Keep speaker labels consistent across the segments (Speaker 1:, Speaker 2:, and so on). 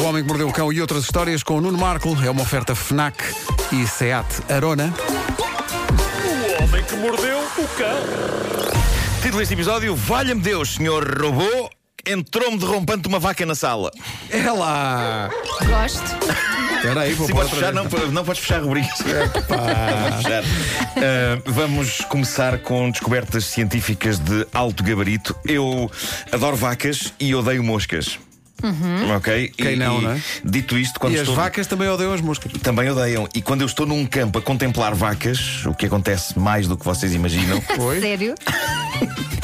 Speaker 1: O Homem que Mordeu o Cão e outras histórias com o Nuno Marco. É uma oferta FNAC e SEAT Arona.
Speaker 2: O homem que mordeu o cão.
Speaker 3: Título deste episódio: Valha-me Deus, senhor robô, entrou-me derrompante uma vaca na sala.
Speaker 1: É lá!
Speaker 4: Gosto.
Speaker 1: Espera aí, vou
Speaker 3: Se
Speaker 1: pôr
Speaker 3: podes
Speaker 1: outra
Speaker 3: fechar,
Speaker 1: vez.
Speaker 3: não, po- não podes fechar rubricas. Não podes fechar. Ah, vamos começar com descobertas científicas de alto gabarito. Eu adoro vacas e odeio moscas. Ok? E-
Speaker 1: Uhum. Quem não,
Speaker 3: e,
Speaker 1: não é?
Speaker 3: Dito isto, quando
Speaker 1: E as
Speaker 3: estou.
Speaker 1: vacas também odeiam as moscas.
Speaker 3: Também odeiam. E quando eu estou num campo a contemplar vacas, o que acontece mais do que vocês imaginam,
Speaker 1: Foi?
Speaker 4: Sério?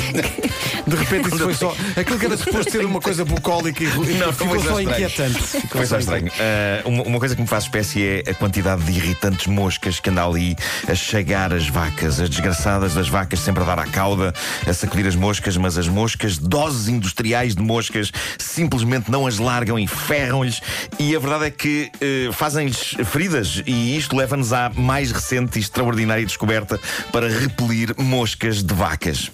Speaker 1: De repente isso foi só. Aquilo que era suposto ser uma coisa bucólica e ru-
Speaker 3: Não,
Speaker 1: ficou
Speaker 3: foi só
Speaker 1: só
Speaker 3: estranho.
Speaker 1: inquietante.
Speaker 3: Foi
Speaker 1: Ficou
Speaker 3: só estranho. Ah, uma, uma coisa que me faz espécie é a quantidade de irritantes moscas que anda ali a chagar as vacas, as desgraçadas das vacas sempre a dar à cauda, a sacudir as moscas, mas as moscas, doses industriais de moscas, simplesmente não as largam e ferram-lhes. E a verdade é que eh, fazem-lhes feridas, e isto leva-nos à mais recente e extraordinária descoberta para repelir moscas de vacas.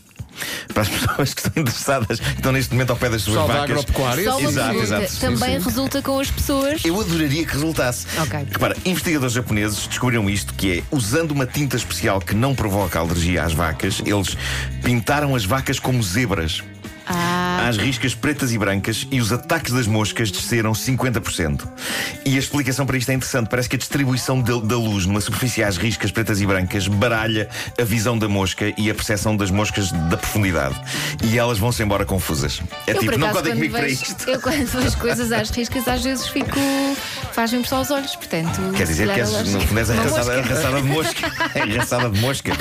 Speaker 3: Para as pessoas que estão interessadas, que estão neste momento ao pé das suas
Speaker 1: Pessoal da
Speaker 3: vacas.
Speaker 1: agropecuária,
Speaker 4: Só uma
Speaker 3: Exato,
Speaker 4: pergunta.
Speaker 3: exato. Sim,
Speaker 4: Também
Speaker 3: sim.
Speaker 4: resulta com as pessoas.
Speaker 3: Eu adoraria que resultasse.
Speaker 4: Ok.
Speaker 3: Repara, investigadores japoneses descobriram isto, que é, usando uma tinta especial que não provoca alergia às vacas, eles pintaram as vacas como zebras.
Speaker 4: Ah,
Speaker 3: Às riscas pretas e brancas e os ataques das moscas desceram 50%. E a explicação para isto é interessante. Parece que a distribuição da, da luz numa superfície às riscas pretas e brancas baralha a visão da mosca e a percepção das moscas da profundidade. E elas vão-se embora confusas. É
Speaker 4: eu por
Speaker 3: tipo, não
Speaker 4: acaso
Speaker 3: podem
Speaker 4: quando
Speaker 3: comigo para
Speaker 4: vejo,
Speaker 3: isto.
Speaker 4: eu quando vejo coisas às riscas às vezes fico. faz-me só os olhos, portanto.
Speaker 3: Quer dizer que és, no fundo és arrasada, arrasada de mosca. Arrasada de mosca.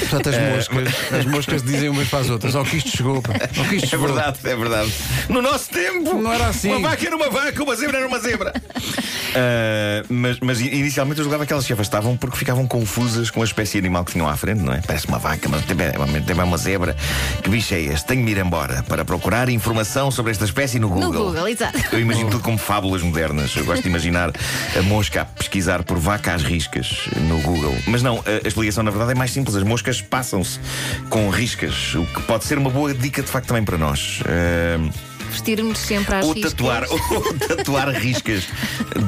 Speaker 1: Portanto, as
Speaker 3: É,
Speaker 1: moscas, as moscas dizem umas para as outras. Ao que isto chegou, pá. Ao que isto
Speaker 3: É
Speaker 1: chegou.
Speaker 3: verdade, é verdade. No nosso tempo!
Speaker 1: Não era assim.
Speaker 3: Uma vaca era uma vaca, uma zebra era uma zebra. Ah, mas, mas inicialmente eu julgava que elas se afastavam porque ficavam confusas com a espécie de animal que tinham à frente, não é? Parece uma vaca, mas também é, ao mesmo tempo é uma zebra. Que bicho é este? Tenho de ir embora para procurar informação sobre esta espécie no Google.
Speaker 4: No Google, exato.
Speaker 3: Eu imagino tudo como fábulas modernas. Eu gosto de imaginar a mosca a pesquisar por vaca às riscas no Google. Mas não, a a explicação na verdade é mais simples. As moscas passam-se com riscas, o que pode ser uma boa dica de facto também para nós. Ah, Ahm,
Speaker 4: Vestirmos sempre às
Speaker 3: ou
Speaker 4: riscas.
Speaker 3: tatuar, ou tatuar riscas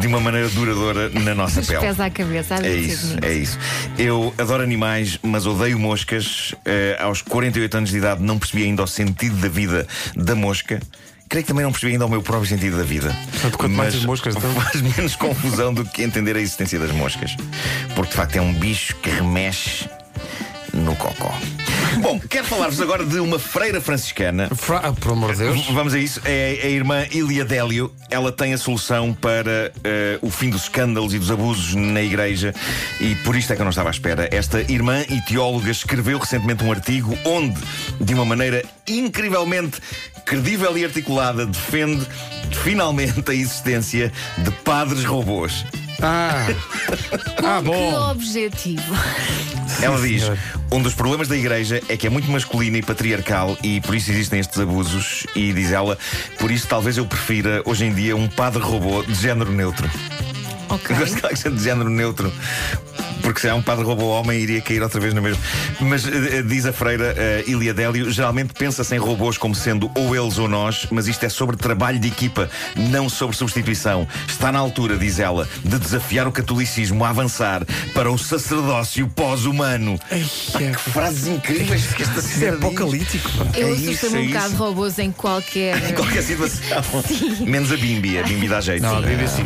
Speaker 3: de uma maneira duradoura na nossa
Speaker 4: Os
Speaker 3: pele.
Speaker 4: pés à cabeça, há de
Speaker 3: É
Speaker 4: ser
Speaker 3: isso,
Speaker 4: bonito.
Speaker 3: é isso. Eu adoro animais, mas odeio moscas. Eh, aos 48 anos de idade não percebi ainda o sentido da vida da mosca. Creio que também não percebi ainda o meu próprio sentido da vida.
Speaker 1: Portanto, quanto mais as moscas, então.
Speaker 3: faz menos confusão do que entender a existência das moscas. Porque de facto é um bicho que remexe no cocó. Bom, quero falar-vos agora de uma freira franciscana
Speaker 1: Fra... Ah, por amor de Deus.
Speaker 3: Vamos a isso. É a irmã Ilia Délio. Ela tem a solução para eh, o fim dos escândalos e dos abusos na igreja. E por isto é que eu não estava à espera. Esta irmã e teóloga escreveu recentemente um artigo onde, de uma maneira incrivelmente credível e articulada, defende finalmente a existência de padres robôs.
Speaker 1: Ah,
Speaker 3: é-
Speaker 1: ah
Speaker 4: Oh, Que
Speaker 1: bom.
Speaker 4: objetivo.
Speaker 3: Ela diz:
Speaker 1: senhor.
Speaker 3: um dos problemas da igreja é que é muito masculina e patriarcal e por isso existem estes abusos. E diz ela: por isso talvez eu prefira hoje em dia um padre robô de género neutro.
Speaker 4: Ok.
Speaker 3: Eu gosto que ela seja de género neutro. Porque se há um padre robô homem, iria cair outra vez no mesmo. Mas eh, eh, diz a freira eh, Ilia Délio, geralmente pensa-se em robôs como sendo ou eles ou nós, mas isto é sobre trabalho de equipa, não sobre substituição. Está na altura, diz ela, de desafiar o catolicismo a avançar para o sacerdócio pós-humano.
Speaker 1: Ai,
Speaker 3: Que frases incríveis que esta
Speaker 1: é, é
Speaker 3: senhora diz.
Speaker 1: apocalíptico. pá.
Speaker 4: Eu
Speaker 3: É isso,
Speaker 4: assusto-me
Speaker 3: é
Speaker 4: um
Speaker 3: isso.
Speaker 4: bocado de robôs em qualquer.
Speaker 3: Em qualquer situação. Menos a Bimbi, a Bimbi dá jeito.
Speaker 1: Não, diria assim.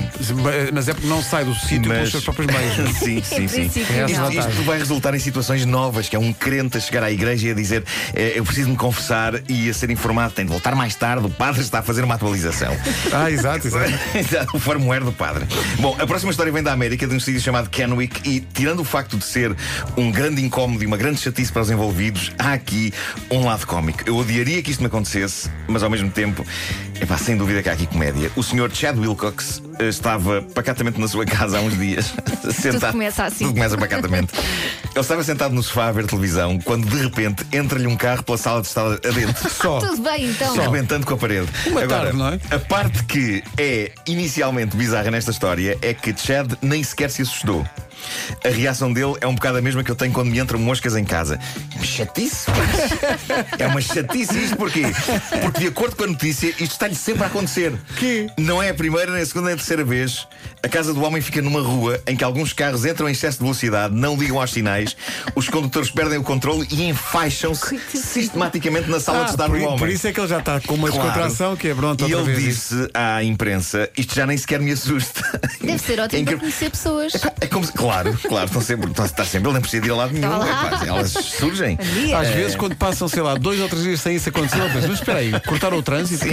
Speaker 1: Mas é porque não sai do sítio pelos seus próprios meios.
Speaker 3: sim, sim,
Speaker 4: Em
Speaker 3: sim.
Speaker 4: princípio,
Speaker 1: É
Speaker 4: não.
Speaker 1: essa
Speaker 3: Isto,
Speaker 1: vantagem.
Speaker 3: isto vai resultar em situações novas, que é um crente a chegar à igreja e a dizer "Eh, eu preciso me confessar e a ser informado, tem de voltar mais tarde, o padre está a fazer uma atualização.
Speaker 1: Ah, exato, exato.
Speaker 3: Exato, o firmware do padre. Bom, a próxima história vem da América, de um sítio chamado Kenwick, e tirando o facto de ser um grande incómodo e uma grande chatice para os envolvidos, há aqui um lado cómico. Eu odiaria que isto me acontecesse, mas ao mesmo tempo, epá, sem dúvida que há aqui comédia. O senhor Chad Wilcox eh, estava pacatamente na sua casa há uns dias, sentado.
Speaker 4: começa assim.
Speaker 3: Tudo começa pacatamente. Ele estava sentado no sofá a ver televisão, quando de repente entra-lhe um carro pela sala de estar adentro.
Speaker 1: Só.
Speaker 4: Tudo bem, então.
Speaker 3: Só. Arrebentando com a parede.
Speaker 1: Uma
Speaker 3: Agora,
Speaker 1: tarde, não é?
Speaker 3: a parte que é inicialmente bizarra nesta história é que Chad nem sequer se assustou. a reação dele é um bocado a mesma que eu tenho quando me entram moscas em casa. É uma chatice. pá. É uma chatice isto porquê? Porque de acordo com a notícia, isto está-lhe sempre a acontecer.
Speaker 1: Que?
Speaker 3: Não é a primeira, nem a segunda, nem a terceira vez. A casa do homem fica numa rua em que alguns carros entram em excesso de velocidade, não ligam aos sinais, os condutores perdem o controle e enfaixam-se
Speaker 4: Coitadinho.
Speaker 3: sistematicamente na sala de estar do
Speaker 1: por,
Speaker 3: homem.
Speaker 1: por isso é que ele já está com uma
Speaker 3: Claro.
Speaker 1: descontração que é pronto
Speaker 3: E
Speaker 1: outra
Speaker 3: ele
Speaker 1: vez.
Speaker 3: disse à imprensa: Isto já nem sequer me assusta.
Speaker 4: Deve ser
Speaker 3: É
Speaker 4: ótimo
Speaker 3: incrível.
Speaker 4: para conhecer pessoas.
Speaker 3: É como se- claro, claro, estão sempre, estão, está sempre, ele não precisa de ir a lado nenhum.
Speaker 4: Está lá. É
Speaker 3: é pá, elas surgem.
Speaker 1: Às
Speaker 3: "É."
Speaker 1: vezes, quando passam, sei lá, dois ou três dias sem isso acontecer, ele pensa, mas espera aí, cortaram o é trânsito?
Speaker 3: Sim.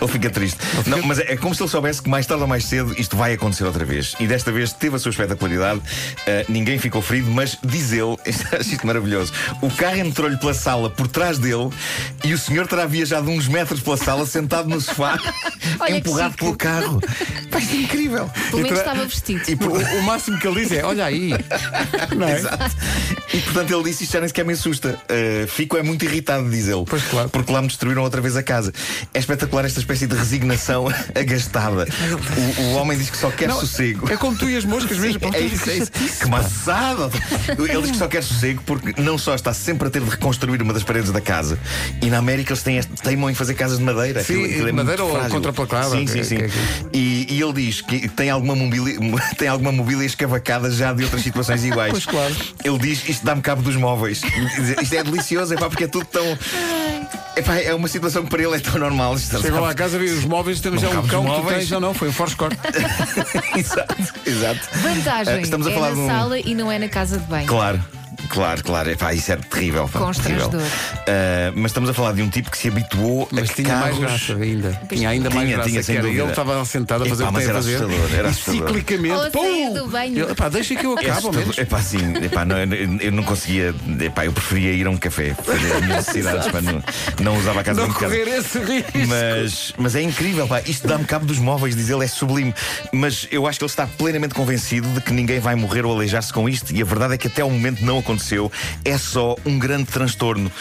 Speaker 3: Ele fica triste. Não, mas é é como se ele soubesse que mais tarde ou mais cedo isto vai acontecer outra vez. E desta vez teve a sua espetacularidade, ah, ninguém ficou ferido, mas diz ele, acho isto maravilhoso: o carro entrou-lhe pela sala por trás dele e o senhor terá viajado uns metros pela sala, sentado no sofá,
Speaker 4: Olha que
Speaker 3: empurrado
Speaker 4: chique.
Speaker 3: pelo carro. Pá, isto é incrível.
Speaker 4: Pelo menos
Speaker 1: tra-
Speaker 4: estava vestido.
Speaker 3: E por-
Speaker 1: O, o máximo que ele diz é: olha aí. Não é?
Speaker 3: Exato. E portanto ele disse isto já nem sequer me assusta. Uh, fico é muito irritado, diz ele.
Speaker 1: Pois, claro.
Speaker 3: Porque lá me destruíram outra vez a casa. É espetacular esta espécie de resignação agastada. O, o homem diz que só quer
Speaker 1: Não,
Speaker 3: sossego.
Speaker 1: É como tu e as moscas mesmo. pronto,
Speaker 3: É isso, é isso. Que maçada! Ele diz que só quer sossego porque não só está sempre a ter de reconstruir uma das paredes da casa, e na América eles têm este, teimam em fazer casas de madeira.
Speaker 1: Sim,
Speaker 3: Aquilo- aquilo é
Speaker 1: madeira
Speaker 3: muito
Speaker 1: ou
Speaker 3: frágil.
Speaker 1: contraplacada,
Speaker 3: Sim, sim,
Speaker 1: que- é
Speaker 3: sim.
Speaker 1: que- que-
Speaker 3: E, e ele diz que tem alguma, mobília, tem alguma mobília escavacada já de outras situações iguais.
Speaker 1: Pois, claro.
Speaker 3: Ele diz: Isto dá-me cabo dos móveis. Isto é delicioso, é pá, porque é tudo tão. Epá, é uma situação que para ele é tão normal. Isto dá-
Speaker 1: Chegam lá a casa, vê os móveis, temos já
Speaker 3: Não
Speaker 1: um
Speaker 3: cabe os
Speaker 1: cão que tu
Speaker 3: móveis.
Speaker 1: tens. Não, não, foi um Force Corte.
Speaker 3: exato, exato.
Speaker 4: Vantagem.
Speaker 3: Ah, Estamos a
Speaker 4: é
Speaker 3: falar
Speaker 4: na
Speaker 3: de um-
Speaker 4: sala e não é na casa de banho.
Speaker 3: Claro. Claro, claro, Epá, isso é terrível. pá,
Speaker 4: Constrangedor.
Speaker 3: terrível. Ah, mas estamos a falar de um tipo que se habituou
Speaker 1: Mas
Speaker 3: a
Speaker 1: tinha mais
Speaker 3: carros.
Speaker 1: graça ainda. Tinha ainda mais
Speaker 3: Tinha,
Speaker 1: graça.
Speaker 3: tinha,
Speaker 1: que
Speaker 3: sem
Speaker 1: era.
Speaker 3: dúvida.
Speaker 1: Ele estava lá sentado a fazer
Speaker 3: Epá,
Speaker 1: o que
Speaker 3: mas
Speaker 1: tem a
Speaker 3: era
Speaker 1: fazer.
Speaker 3: assustador, era
Speaker 1: e
Speaker 3: assustador. Oh,
Speaker 4: Ou a
Speaker 1: ciclicamente.
Speaker 4: saída
Speaker 1: pum!
Speaker 4: do banho.
Speaker 1: Ele, pá, deixa que eu
Speaker 3: É
Speaker 1: acabo, ao menos.
Speaker 3: assustador. Epá, sim, epá, não, eu, eu não conseguia, epá, eu preferia ir a um café, fazer as minhas necessidades, pá, não, não usava a casa
Speaker 1: Não
Speaker 3: de casa.
Speaker 1: correr esse risco.
Speaker 3: Mas, mas é incrível, pá. Isto dá-me cabo dos móveis, diz ele, é sublime. Mas eu acho que ele está plenamente convencido de que ninguém vai morrer ou aleijar-se com isto. E a verdade é que até ao momento não aconteceu. É só um grande transtorno.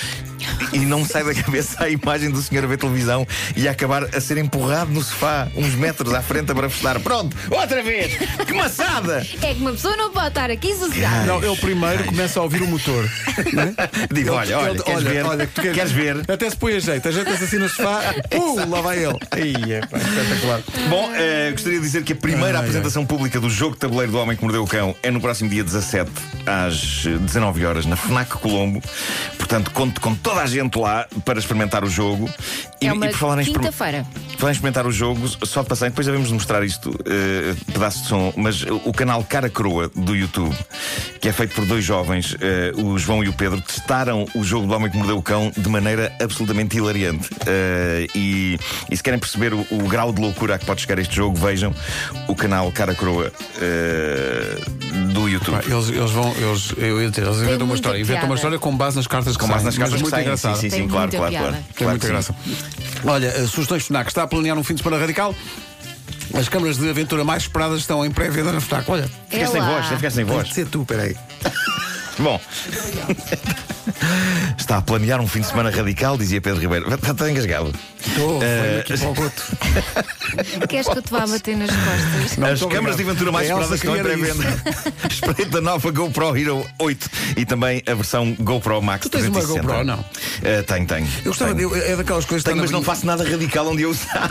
Speaker 3: E e não me sai da cabeça a imagem do senhor a ver televisão e a acabar a ser empurrado no sofá, uns metros à frente, para festar. Pronto, outra vez! Que maçada!
Speaker 4: É que uma pessoa não pode estar aqui sossegada.
Speaker 1: Não, é ele primeiro começa a ouvir o motor.
Speaker 3: Digo, olha, olha,
Speaker 1: Ele-
Speaker 3: queres
Speaker 1: olha,
Speaker 3: ver?
Speaker 1: olha, tu
Speaker 3: queres... ver?
Speaker 1: Até se põe a jeito, ajeita-se assim no sofá, pum, lá vai ele. Aí, é pá, espetacular.
Speaker 3: Bom, eh, gostaria de dizer que a primeira
Speaker 1: Ai, ai.
Speaker 3: apresentação pública do jogo de tabuleiro do Homem que Mordeu o Cão é no próximo dia 17, às eh, 19 horas na FNAC Colombo. Portanto, conto com toda a gente lá para experimentar o jogo.
Speaker 4: É uma
Speaker 3: exper-
Speaker 4: quinta-feira.
Speaker 3: por falar em experimentar o jogo, só de passagem, depois devemos de mostrar isto, eh, pedaço de som, mas o canal Cara Croa do YouTube, que é feito por dois jovens, eh, o João e o Pedro, testaram o jogo do Homem que Mordeu o Cão de maneira absolutamente hilariante. Eh, e, e se querem perceber o, o grau de loucura a que pode chegar este jogo, vejam o canal Cara Croa eh, do YouTube.
Speaker 1: Pá, Eles, eles vão, eles, eu ia dizer, eles inventam uma
Speaker 4: muita
Speaker 1: história. Inventam uma
Speaker 4: piada.
Speaker 1: história com base nas cartas que
Speaker 3: Com base
Speaker 1: saem,
Speaker 3: nas cartas
Speaker 1: mas
Speaker 3: que
Speaker 1: muito
Speaker 3: saem,
Speaker 1: engraçado. é
Speaker 3: Sim, sim, sim,
Speaker 4: Tem
Speaker 3: claro,
Speaker 4: muita
Speaker 3: claro,
Speaker 4: piada.
Speaker 3: claro.
Speaker 4: Tem
Speaker 1: Tem
Speaker 3: Claro
Speaker 1: muita
Speaker 3: que sim.
Speaker 1: graça. Olha, eh, sugestões FNAC. Está a planear um fim de semana radical? As câmaras de aventura mais esperadas estão em pré-venda na FNAC. Olha,
Speaker 4: É
Speaker 3: Ficaste sem
Speaker 4: lá.
Speaker 3: voz, já ficaste sem
Speaker 1: tem
Speaker 3: voz.
Speaker 1: de ser tu, peraí.
Speaker 3: Eh, Bom. Está a planear um fim de semana radical, dizia Pedro Ribeiro. Está, está engasgado.
Speaker 1: Estou,
Speaker 3: Eh,
Speaker 1: foi aqui para o goto.
Speaker 4: Queres que eu te vá bater nas costas?
Speaker 1: muito
Speaker 3: As câmaras
Speaker 1: obrigado.
Speaker 3: de aventura mais
Speaker 1: A Elsa
Speaker 3: esperadas estão em
Speaker 1: queria
Speaker 3: pré-venda. Espreita a nova GoPro Hero 8 e também a versão GoPro Max
Speaker 1: Tu tens uma
Speaker 3: 360.
Speaker 1: GoPro, não?
Speaker 3: Eh, tenho, tenho.
Speaker 1: Eu gostava, de,
Speaker 3: tenho.
Speaker 1: eu- é daquelas coisas que está
Speaker 3: Tenho, mas
Speaker 1: na
Speaker 3: não faço nada radical onde eu usar.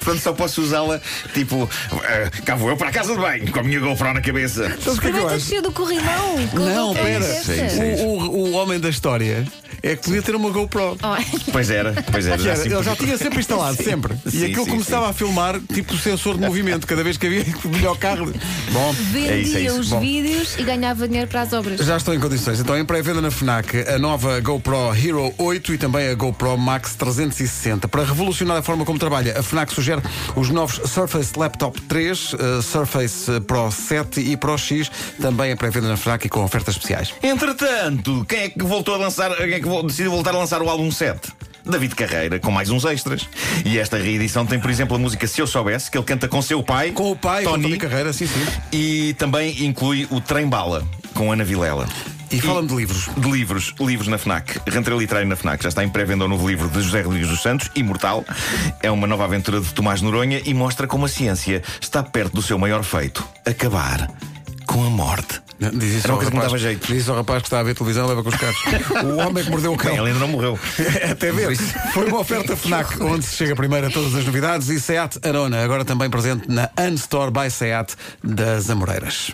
Speaker 3: Portanto, só posso usá-la tipo. eh, cá vou eu para a casa de banho com a minha GoPro na cabeça.
Speaker 1: Sabes o que é que eu
Speaker 4: Aproveita
Speaker 1: acho?
Speaker 4: descer do corrimão. com
Speaker 1: Não,
Speaker 4: a boca
Speaker 1: pera.
Speaker 4: aberta.
Speaker 3: É isso, é isso.
Speaker 1: O, o- o homem da história é que podia ter uma GoPro.
Speaker 4: Oh,
Speaker 3: Pois era, pois era.
Speaker 1: Que era,
Speaker 3: assim
Speaker 1: ele
Speaker 3: podia-
Speaker 1: já tinha sempre instalado, sempre. E
Speaker 3: Sim,
Speaker 1: aquilo
Speaker 3: sim,
Speaker 1: começava a filmar, tipo o sensor de movimento, cada vez que havia vinha o carro. Bom,
Speaker 4: Vendia
Speaker 3: É isso, é isso.
Speaker 4: os
Speaker 3: Bom.
Speaker 4: vídeos e ganhava dinheiro para as obras.
Speaker 1: já estou em condições. Então, em pré-venda na FNAC, a nova GoPro Hero 8 e também a GoPro Max 360. Para revolucionar a forma como trabalha, a FNAC sugere os novos Surface Laptop 3, eh, Surface Pro 7 e Pro X, também em pré-venda na FNAC e com ofertas especiais.
Speaker 3: Entretanto, quem é que voltou a lançar, quem é que vo- decidiu voltar a lançar o álbum 7? David Carreira, com mais uns extras. E esta reedição tem, por exemplo, a música Se Eu Soubesse, que ele canta com seu pai,
Speaker 1: Com o pai, com a
Speaker 3: Tony,
Speaker 1: Tony Carreira, sim, sim.
Speaker 3: e também inclui o Trem Bala, com Ana Vilela.
Speaker 1: E fala-me de livros.
Speaker 3: De livros, livros na FNAC. Rentrei literário na FNAC. Já está em pré-venda o novo livro de José Rodrigues dos Santos, Imortal. É uma nova aventura de Tomás Noronha e mostra como a ciência está perto do seu maior feito: acabar com a morte.
Speaker 1: Diz isso
Speaker 3: Era uma
Speaker 1: ao
Speaker 3: coisa que me
Speaker 1: rapaz-
Speaker 3: dava jeito.
Speaker 1: Diz isso ao rapaz que está a ver televisão, leva com os carros. o homem que mordeu o cão.
Speaker 3: Bem, ela ainda não morreu.
Speaker 1: Até
Speaker 3: Por
Speaker 1: ver.
Speaker 3: isso-
Speaker 1: Foi uma oferta FNAC, onde se chega primeiro a todas as novidades. E SEAT Arona, agora também presente na Unstore by SEAT das Amoreiras.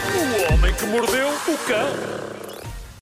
Speaker 2: O homem que mordeu o cão.